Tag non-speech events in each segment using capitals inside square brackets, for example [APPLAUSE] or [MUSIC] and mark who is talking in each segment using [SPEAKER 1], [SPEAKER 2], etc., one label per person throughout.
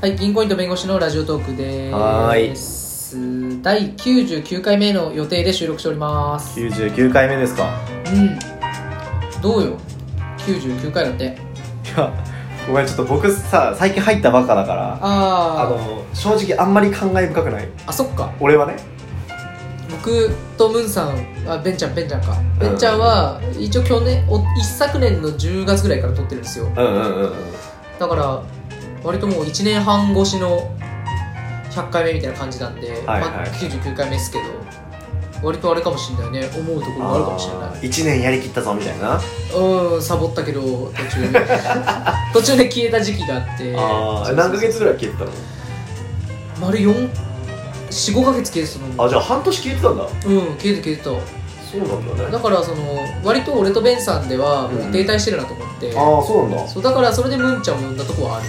[SPEAKER 1] はい、銀行員と弁護士のラジオトークです。
[SPEAKER 2] はー
[SPEAKER 1] 第99回目の予定で収録しております。うん。
[SPEAKER 2] 99回目ですか
[SPEAKER 1] どうよ。99回だって。
[SPEAKER 2] いやごめんちょっと僕さ最近入ったばっかだからあ
[SPEAKER 1] あ
[SPEAKER 2] の正直あんまり感慨深くない
[SPEAKER 1] あ、あ、そっか。
[SPEAKER 2] 俺はね
[SPEAKER 1] 僕とムンさん、あ、ベンちゃん、ベンちゃんか。ベンちゃんは、一応去年、お一昨年の10月ぐらいから撮ってるんですよ。
[SPEAKER 2] うんうんうん
[SPEAKER 1] だから、割ともう1年半越しの100回目みたいな感じなんで、
[SPEAKER 2] はい
[SPEAKER 1] まあ、99回目ですけど、割とあれかもしれないね。思うところがあるかもしれない。
[SPEAKER 2] 1年やりきったぞみたいな
[SPEAKER 1] うんサボったけど途中
[SPEAKER 2] [LAUGHS]
[SPEAKER 1] で途中で消えた時期があって
[SPEAKER 2] あー何ヶ月ぐらい消えてたの
[SPEAKER 1] 丸445ヶ月消えてたの
[SPEAKER 2] あじゃあ半年消えてたんだ
[SPEAKER 1] うん消えて消えてた
[SPEAKER 2] そうなんだね
[SPEAKER 1] だからその割と俺とベンさんではもう
[SPEAKER 2] うん
[SPEAKER 1] 停滞してるなと思って、
[SPEAKER 2] ああそうなんだ
[SPEAKER 1] そうだからそれでムンちゃんを呼んだとこはある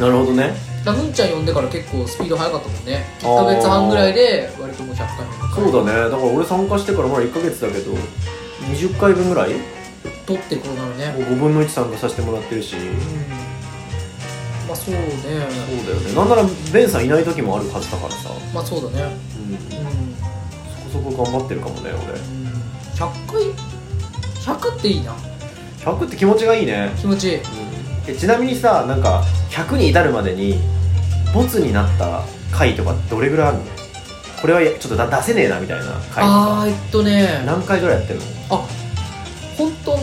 [SPEAKER 2] なるほどね
[SPEAKER 1] だからムンちゃん呼んでから結構スピード速かったもんね1ヶ月半ぐらいで割ともう100回目
[SPEAKER 2] そうだねだから俺参加してからまだ1ヶ月だけど20回分ぐらいも
[SPEAKER 1] 撮ってる頃なのね
[SPEAKER 2] う5分の1参加させてもらってるし
[SPEAKER 1] うんまあそうね
[SPEAKER 2] そうだよねなんならベンさんいない時もあるはずだからさ、
[SPEAKER 1] まあそうだね
[SPEAKER 2] うん、そ
[SPEAKER 1] うん
[SPEAKER 2] こそこ頑張ってるかもね俺
[SPEAKER 1] 100回100っていいな
[SPEAKER 2] 100って気持ちがいいね、
[SPEAKER 1] 気持ちいい
[SPEAKER 2] えちなみにさなんか100に至るまでにボツになった回とかどれぐらいあるのこれはやちょっとだ出せねえなみたいな回と
[SPEAKER 1] あ
[SPEAKER 2] か
[SPEAKER 1] ーえっとね
[SPEAKER 2] 何回ぐらいやってるの
[SPEAKER 1] 本当に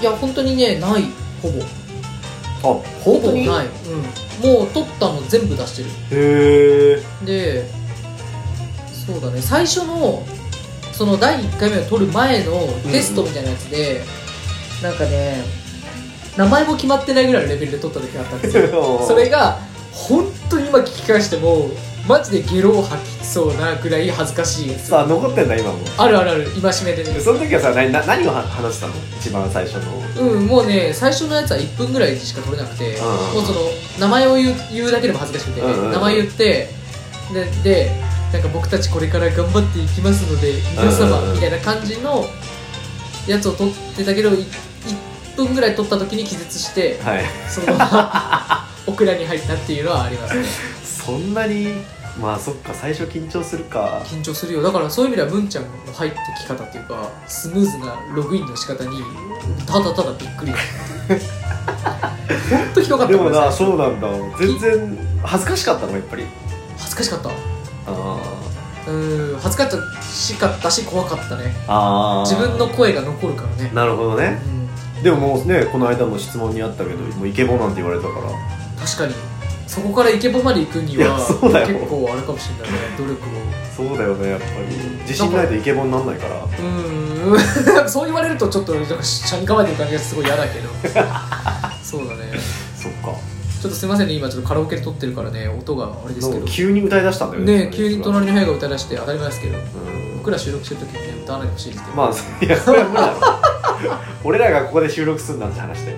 [SPEAKER 1] いや本当にねないほぼ
[SPEAKER 2] あ
[SPEAKER 1] ほ
[SPEAKER 2] 本
[SPEAKER 1] ぼ
[SPEAKER 2] 当に
[SPEAKER 1] ない、うん、もう取ったの全部出してる
[SPEAKER 2] へえ
[SPEAKER 1] でそうだね最初のその第1回目を取る前のテストみたいなやつで、なんかね名前も決まってないぐらいのレベルで取った時があったんですよ [LAUGHS] それが本当に今聞き返してもマジでゲロを吐きそうなくらい恥ずかしいやつ
[SPEAKER 2] さあ残ってんだ今も
[SPEAKER 1] あるあるある戒めでね
[SPEAKER 2] その時はさなな何をは話したの一番最初の
[SPEAKER 1] うんもうね最初のやつは1分ぐらいしか取れなくて、
[SPEAKER 2] うん
[SPEAKER 1] もうその名前を言う言うだけでも恥ずかしくて、
[SPEAKER 2] うんうん
[SPEAKER 1] 名前言ってででなんか僕たちこれから頑張っていきますので皆様、
[SPEAKER 2] うんうんうん
[SPEAKER 1] みたいな感じのやつを取ってたけどい1分ぐらい取った時に気絶して
[SPEAKER 2] はい
[SPEAKER 1] そのまま
[SPEAKER 2] [LAUGHS]
[SPEAKER 1] オクラに入ったっていうのはありますね
[SPEAKER 2] そんなにまあそっか最初緊張するか
[SPEAKER 1] 緊張するよだからそういう意味では文ちゃんの入ってき方っていうかスムーズなログインの仕方にただただびっく
[SPEAKER 2] [LAUGHS]
[SPEAKER 1] りほんとひどかった
[SPEAKER 2] でもな
[SPEAKER 1] 最初
[SPEAKER 2] そうなんだ全然恥ずかしかったのやっぱり
[SPEAKER 1] 恥ずかしかった
[SPEAKER 2] あ
[SPEAKER 1] うーん恥ずかしかったし怖かったね
[SPEAKER 2] ーあー
[SPEAKER 1] 自分の声が残るからね、
[SPEAKER 2] なるほどね
[SPEAKER 1] うん、
[SPEAKER 2] でももうねこの間も質問にあったけどもうイケボなんて言われたから
[SPEAKER 1] 確かにそこからイケボまで行くに
[SPEAKER 2] い
[SPEAKER 1] は
[SPEAKER 2] やそうだよ
[SPEAKER 1] 結構あれかもしれないね努力を
[SPEAKER 2] そうだよねやっぱり自信ないとイケボになんないから
[SPEAKER 1] うーん [LAUGHS] そう言われるとちょっとなんかしゃに構えてる感じがすごい嫌だ
[SPEAKER 2] [LAUGHS]
[SPEAKER 1] けどそうだね
[SPEAKER 2] そっか
[SPEAKER 1] ちょっとすいませんね今ちょっとカラオケで撮ってるからね音があれですけ
[SPEAKER 2] なん
[SPEAKER 1] ど
[SPEAKER 2] か急に歌い出したんだよ
[SPEAKER 1] ね急に
[SPEAKER 2] 隣
[SPEAKER 1] 隣の部屋が歌い出して当たり前ですけど
[SPEAKER 2] うん
[SPEAKER 1] 僕ら収録してる時にね歌わないでほしいですけど、
[SPEAKER 2] まあいやそれは無理だろ [LAUGHS] 俺らがここで収録するなんて話で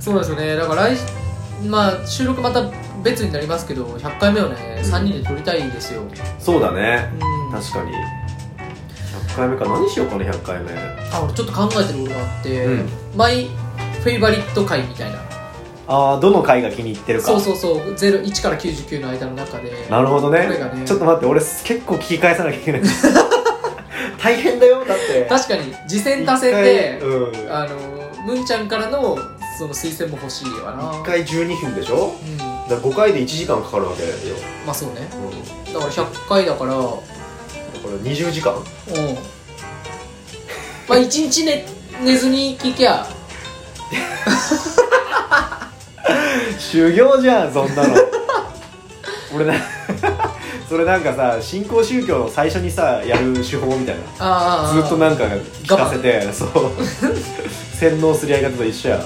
[SPEAKER 1] そうなんですよねだから来まあ収録また別になりますけど100回目をね3人で撮りたいですよ、うん、
[SPEAKER 2] そうだね確かに100回目か何しようかね100回目
[SPEAKER 1] あ俺ちょっと考えてることがあって、
[SPEAKER 2] うん
[SPEAKER 1] マイフェイバリット回みたいな
[SPEAKER 2] ああどの回が気に入ってるか
[SPEAKER 1] そうそうそう01から99の間の中で
[SPEAKER 2] なるほど
[SPEAKER 1] これ
[SPEAKER 2] ね
[SPEAKER 1] がね
[SPEAKER 2] ちょっと待って俺結構聞き返さなきゃ
[SPEAKER 1] [LAUGHS]
[SPEAKER 2] いけない大変だよだって
[SPEAKER 1] 確かに次戦多戦で
[SPEAKER 2] 一、回うん
[SPEAKER 1] あのむんちゃんからのその推薦も欲しいわな
[SPEAKER 2] 1回12分でしょ
[SPEAKER 1] うんま
[SPEAKER 2] だから5回で1時間かかるわけだよ、
[SPEAKER 1] あそうね
[SPEAKER 2] うん、だか
[SPEAKER 1] だから100回だから
[SPEAKER 2] ら20時間
[SPEAKER 1] うんまあ一日寝寝ずに聞きゃ
[SPEAKER 2] 修行じゃんそんなの [LAUGHS] 俺な [LAUGHS] それなんかさ新興宗教の最初にさやる手法みたいな
[SPEAKER 1] あ
[SPEAKER 2] ずっと
[SPEAKER 1] な
[SPEAKER 2] なんか聞かせてそう洗脳すり合い方と一緒や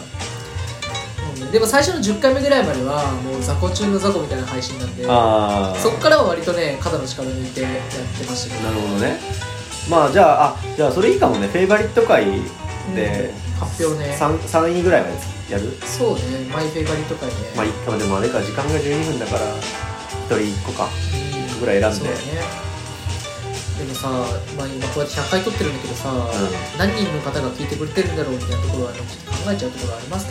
[SPEAKER 1] でも最初の10回目ぐらいまではもう雑魚中の雑魚みたいな配信なんで
[SPEAKER 2] ああ
[SPEAKER 1] そっからは割とね肩の力抜いてやってましたけど
[SPEAKER 2] なるほどねまあじゃああじゃあそれいいかもねフェイバリット会で
[SPEAKER 1] うん発表ね
[SPEAKER 2] 3, 三位ぐらいまでやる
[SPEAKER 1] そうねマイフェイバリット回ね
[SPEAKER 2] まあいっかでもあれか時間が12分だから1人1個
[SPEAKER 1] う
[SPEAKER 2] か
[SPEAKER 1] ん
[SPEAKER 2] ぐらい選んで
[SPEAKER 1] そうねでもさ、まあ、今こうやって100回撮ってるんだけどさ、何人の方が聞いてくれてるんだろうみたいなところは、ね、ちょっと考えちゃうところはあります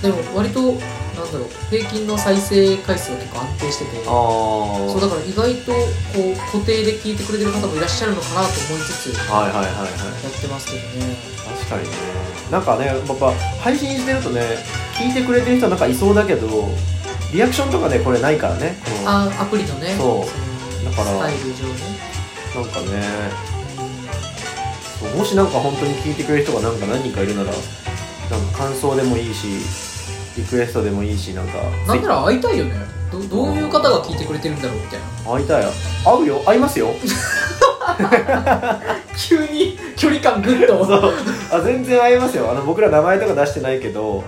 [SPEAKER 1] けどねでも
[SPEAKER 2] まあね
[SPEAKER 1] 割となんだろう平均の再生回数は結構安定してて
[SPEAKER 2] ああ
[SPEAKER 1] そうだから意外とこう固定で聞いてくれてる方もいらっしゃるのかなと思いつつや
[SPEAKER 2] はいはいはいはい
[SPEAKER 1] ってますけどね
[SPEAKER 2] 確かにねなんかねやっぱ配信してるとね聞いてくれてる人なんかいそうだけどリアクションとかねこれないからねこの
[SPEAKER 1] あアプリのね
[SPEAKER 2] そう
[SPEAKER 1] の
[SPEAKER 2] だから
[SPEAKER 1] スタイル上ね
[SPEAKER 2] なんかねそうもしなんか本当に聞いてくれる人がなんか何人かいるならなんか感想でもいいしリクエストでもいいしなんか
[SPEAKER 1] なんなら会いたいよねどどういう方が聞いてくれてるんだろうみ
[SPEAKER 2] [LAUGHS]
[SPEAKER 1] たいな
[SPEAKER 2] 会いたい会うよ会いますよ
[SPEAKER 1] 急に距離感ぐっ
[SPEAKER 2] そ
[SPEAKER 1] と
[SPEAKER 2] う [LAUGHS] あ全然会いますよあの僕ら名前とか出してないけど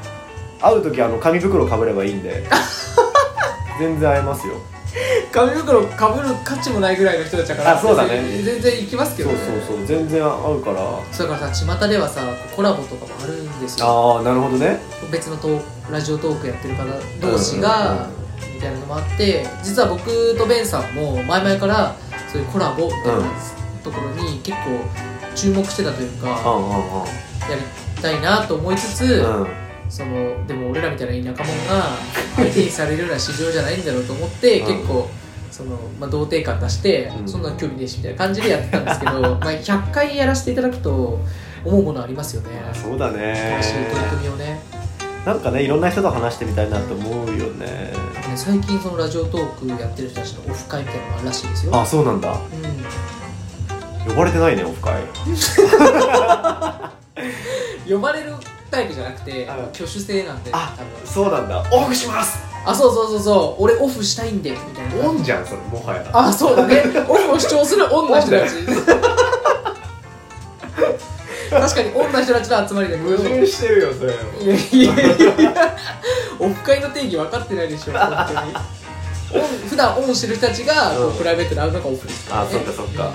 [SPEAKER 2] 会う時あの紙袋かぶればいいん [LAUGHS] で全然会えますよ
[SPEAKER 1] 紙袋かぶる価値もないぐらいの人たちだから
[SPEAKER 2] あそうだね
[SPEAKER 1] 全然全然行きますけ
[SPEAKER 2] そう
[SPEAKER 1] どね
[SPEAKER 2] そうそう全然会うから
[SPEAKER 1] それからさ巷ではさコラボとかもあるんですよ
[SPEAKER 2] ああなるほどね
[SPEAKER 1] 別のトークラジオトークやってる方同士が、みたいなのもあって実は僕とベンさんも前々からそういうコラボみたいなところに結構注目してたという
[SPEAKER 2] うん
[SPEAKER 1] か、
[SPEAKER 2] うんうん
[SPEAKER 1] やりたいなと思いつつ、
[SPEAKER 2] うんうん
[SPEAKER 1] そのでも俺らみたいな田舎者が相手にされるような市場じゃないんだろうと思って、
[SPEAKER 2] うん
[SPEAKER 1] 結構その、まあ、童貞感出して、
[SPEAKER 2] うん
[SPEAKER 1] そんな興味ねえしみたいな感じでやってたんですけどまあ100回やらせていただくと思うものありますよね
[SPEAKER 2] そうだね
[SPEAKER 1] 新しい取り組みをね
[SPEAKER 2] なんかねいろんな人と話してみたいなと思うよね
[SPEAKER 1] ね最近そのラジオトークやってる人たちのオフ会みたいなのがあるらしいですよ、
[SPEAKER 2] あそうなんだ
[SPEAKER 1] う
[SPEAKER 2] 呼ばれてないねオフ会
[SPEAKER 1] ん、呼ばれるタイプじゃなくて
[SPEAKER 2] あ
[SPEAKER 1] 挙手制なんで多分
[SPEAKER 2] あそうなんだオフします
[SPEAKER 1] あそうそうそうそう俺オフしたいんでみたい
[SPEAKER 2] オ
[SPEAKER 1] な
[SPEAKER 2] ンじゃんそれもはや
[SPEAKER 1] あそうだねオフを主張する女の人
[SPEAKER 2] [LAUGHS]
[SPEAKER 1] たち確かに女の人たちの集まりで
[SPEAKER 2] [LAUGHS] 矛盾してるよそれ
[SPEAKER 1] いやいやいやいやオフ会の定義分かってないでしょ本
[SPEAKER 2] [LAUGHS]
[SPEAKER 1] 当にオン普段オンしてる人たちがこう
[SPEAKER 2] うん
[SPEAKER 1] プライベートで会うのがオフですから、ね、
[SPEAKER 2] あそっかそっか
[SPEAKER 1] うんそう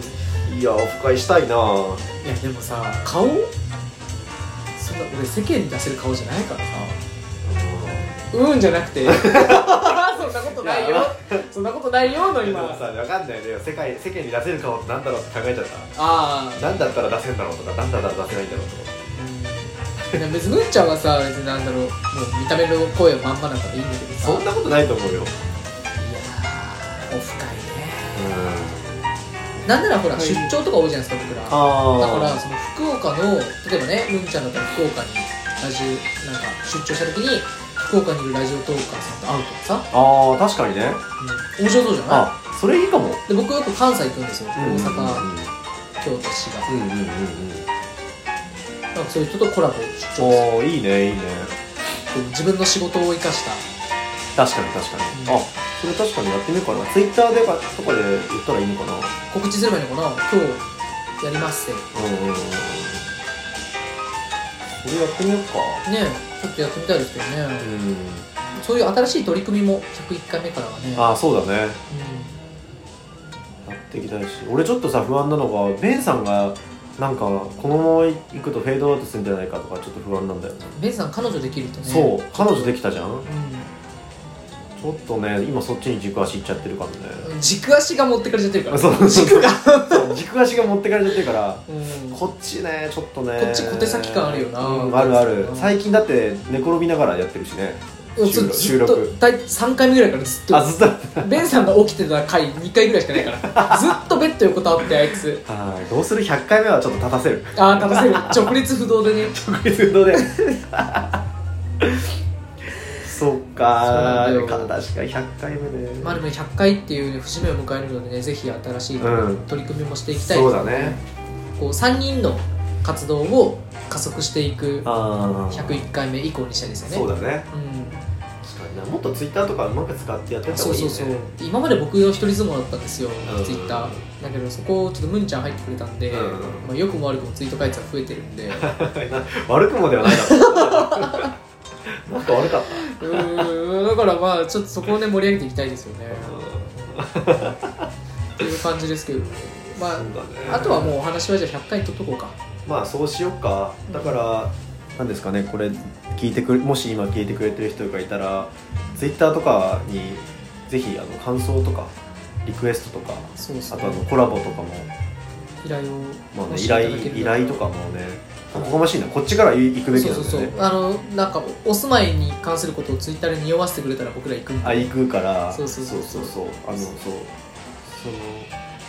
[SPEAKER 1] そう
[SPEAKER 2] いやオフ会したいない
[SPEAKER 1] やでもさ顔そんな俺世間に出せる顔じゃないからさうんじゃなく
[SPEAKER 2] [LAUGHS]
[SPEAKER 1] てそんなことないよそんなことないよの
[SPEAKER 2] で
[SPEAKER 1] 今
[SPEAKER 2] もさ分かんないね世界世間に出せる顔ってなんだろうって考えちゃっ
[SPEAKER 1] あ
[SPEAKER 2] た何だったら出せんだろうとか何だったら出せないんだろうとか
[SPEAKER 1] あ、うん、いや別にうんちゃんはさ別になんだろうもう見た目の声はまんまなんかでいいんだけどさ
[SPEAKER 2] そんなことないと思うよ
[SPEAKER 1] いやーオフ会ね
[SPEAKER 2] うん
[SPEAKER 1] なんならほら、
[SPEAKER 2] はい
[SPEAKER 1] 出張とか多いじゃないですか僕らだ
[SPEAKER 2] ああ
[SPEAKER 1] からその福岡の例えばねうんちゃんだったら福岡にラジオなんか出張した時に福岡にいるラジオトーカーさんと会うとかさ、
[SPEAKER 2] あー確かにね
[SPEAKER 1] うん、面白そうじゃない
[SPEAKER 2] あそれいいかも
[SPEAKER 1] で僕よく関西行くんですよ、大阪
[SPEAKER 2] う
[SPEAKER 1] 京都滋賀
[SPEAKER 2] んうんうんうんうん
[SPEAKER 1] なんかそういう人とコラボを出張する
[SPEAKER 2] おーいいねいいね
[SPEAKER 1] 自分の仕事を生かした
[SPEAKER 2] 確かに確かに、
[SPEAKER 1] うん
[SPEAKER 2] あそれ確かにやってみようかなツイッターでかとかで言ったらいいのかな
[SPEAKER 1] 告知すればいいのかな今日やりますって
[SPEAKER 2] うんうんうんうんそれやってみようか
[SPEAKER 1] ねちょっとやってみたいですけどね、
[SPEAKER 2] ん
[SPEAKER 1] そういう新しい取り組みも101回目からはね
[SPEAKER 2] ああそうだね
[SPEAKER 1] う
[SPEAKER 2] やっていきたいし俺ちょっとさ不安なのがベンさんがなんかこのまま行くとフェードアウトするんじゃないかとかちょっと不安なんだよね
[SPEAKER 1] んベンさん彼女できるとね
[SPEAKER 2] そう彼女できたじゃん
[SPEAKER 1] う
[SPEAKER 2] ちょっとね今そっちに軸足いっちゃってるからね
[SPEAKER 1] ん、軸足が持ってかれちゃってるから
[SPEAKER 2] そうそうそう
[SPEAKER 1] 軸が、
[SPEAKER 2] [LAUGHS] そう軸足が持ってかれちゃってるから
[SPEAKER 1] うん、
[SPEAKER 2] こっちねちょっとね
[SPEAKER 1] こっち小手先感あるよな
[SPEAKER 2] うんあるある
[SPEAKER 1] うん
[SPEAKER 2] 最近だって寝転びながらやってるしね収録
[SPEAKER 1] ずっと大3回目ぐらいからずっと
[SPEAKER 2] あずっと
[SPEAKER 1] ベンさんが起きてた回2回ぐらいしかないからずっとベッド横たわってあいつ
[SPEAKER 2] はいどうする100回目はちょっと立たせ [LAUGHS] る
[SPEAKER 1] ああ正せる直立不動でね
[SPEAKER 2] クイズの [LAUGHS] でそっか
[SPEAKER 1] そうなんだよ
[SPEAKER 2] ーか確かに100回目ね
[SPEAKER 1] まあでも100回っていう節目を迎えるのでねぜひ新しい
[SPEAKER 2] うん
[SPEAKER 1] 取り組みもしていきたい、
[SPEAKER 2] そうだね
[SPEAKER 1] こう3人の活動を加速していく
[SPEAKER 2] ああ
[SPEAKER 1] 101回目以降にしたいですよね
[SPEAKER 2] そうだね
[SPEAKER 1] うん
[SPEAKER 2] 確かになもっとツイッターとかうまく使ってやってた方
[SPEAKER 1] そ
[SPEAKER 2] が
[SPEAKER 1] う
[SPEAKER 2] いい
[SPEAKER 1] そ
[SPEAKER 2] ね
[SPEAKER 1] うそう今まで僕の一人相撲だったんですよ、
[SPEAKER 2] ん
[SPEAKER 1] ツイッターだけどそこをちょっとムンちゃん入ってくれたんで、
[SPEAKER 2] うん
[SPEAKER 1] まあ、よくも悪くもツイート回数が増えてるんでう
[SPEAKER 2] [LAUGHS] 悪くもではないだろ
[SPEAKER 1] [LAUGHS]
[SPEAKER 2] うなんか悪かっ
[SPEAKER 1] ーんだからまあちょっとそこをね盛り上げていきたいですよね
[SPEAKER 2] た、
[SPEAKER 1] っていう感じですけどまあ
[SPEAKER 2] そうだね
[SPEAKER 1] あとはもうお話はじゃあ100回にとっとこうか
[SPEAKER 2] まあそうしよっかだから何ですかねこれ聞いてくれもし今聞いてくれてる人がいたらツイッターとかにぜひあの感想とかリクエストとか
[SPEAKER 1] そうです
[SPEAKER 2] あ
[SPEAKER 1] ね
[SPEAKER 2] とあのコラボとかも、
[SPEAKER 1] 依頼を
[SPEAKER 2] ま
[SPEAKER 1] も
[SPEAKER 2] あね、
[SPEAKER 1] し
[SPEAKER 2] 依
[SPEAKER 1] いただ
[SPEAKER 2] 頼
[SPEAKER 1] ければ
[SPEAKER 2] 依頼とかもねおこがましいなこっちから行くべき
[SPEAKER 1] そう
[SPEAKER 2] なんだ
[SPEAKER 1] そ
[SPEAKER 2] よ
[SPEAKER 1] う
[SPEAKER 2] ね
[SPEAKER 1] そうあのなんかお住まいに関することをツイッターで匂わせてくれたら僕ら行くんで
[SPEAKER 2] あ行くから
[SPEAKER 1] そうそうそう
[SPEAKER 2] そうそうあのそうその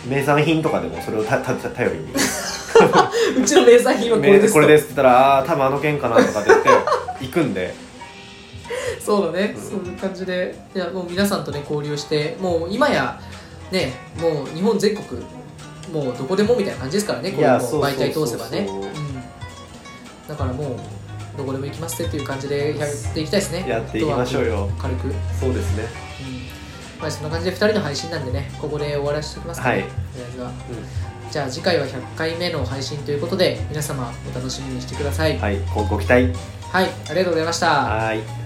[SPEAKER 2] 名産品とかでもそれをたたた頼りに
[SPEAKER 1] うちの名産品はこれです
[SPEAKER 2] これですって言ったらああー多分あの件かなとかって言って [LAUGHS] 行くんで
[SPEAKER 1] そうだね、
[SPEAKER 2] うん
[SPEAKER 1] そういう感じでいやもう皆さんとね交流してもう今やねもう日本全国もうどこでもみたいな感じですからねこ
[SPEAKER 2] い
[SPEAKER 1] れ
[SPEAKER 2] や
[SPEAKER 1] も
[SPEAKER 2] そうそう
[SPEAKER 1] 媒体通せばね
[SPEAKER 2] そうそう
[SPEAKER 1] うんだからもうどこでも行きますってっていう感じでやっていきたいですね
[SPEAKER 2] やっていきましょうよ
[SPEAKER 1] 軽く、うん
[SPEAKER 2] そうですね
[SPEAKER 1] まあ、そんな感じで2人の配信なんでねここで終わらせておきますね、
[SPEAKER 2] はい
[SPEAKER 1] とりあえずはじゃあ次回は100回目の配信ということで皆様お楽しみにしてください、はい、
[SPEAKER 2] はいごご期待
[SPEAKER 1] ありがとうございました
[SPEAKER 2] はーい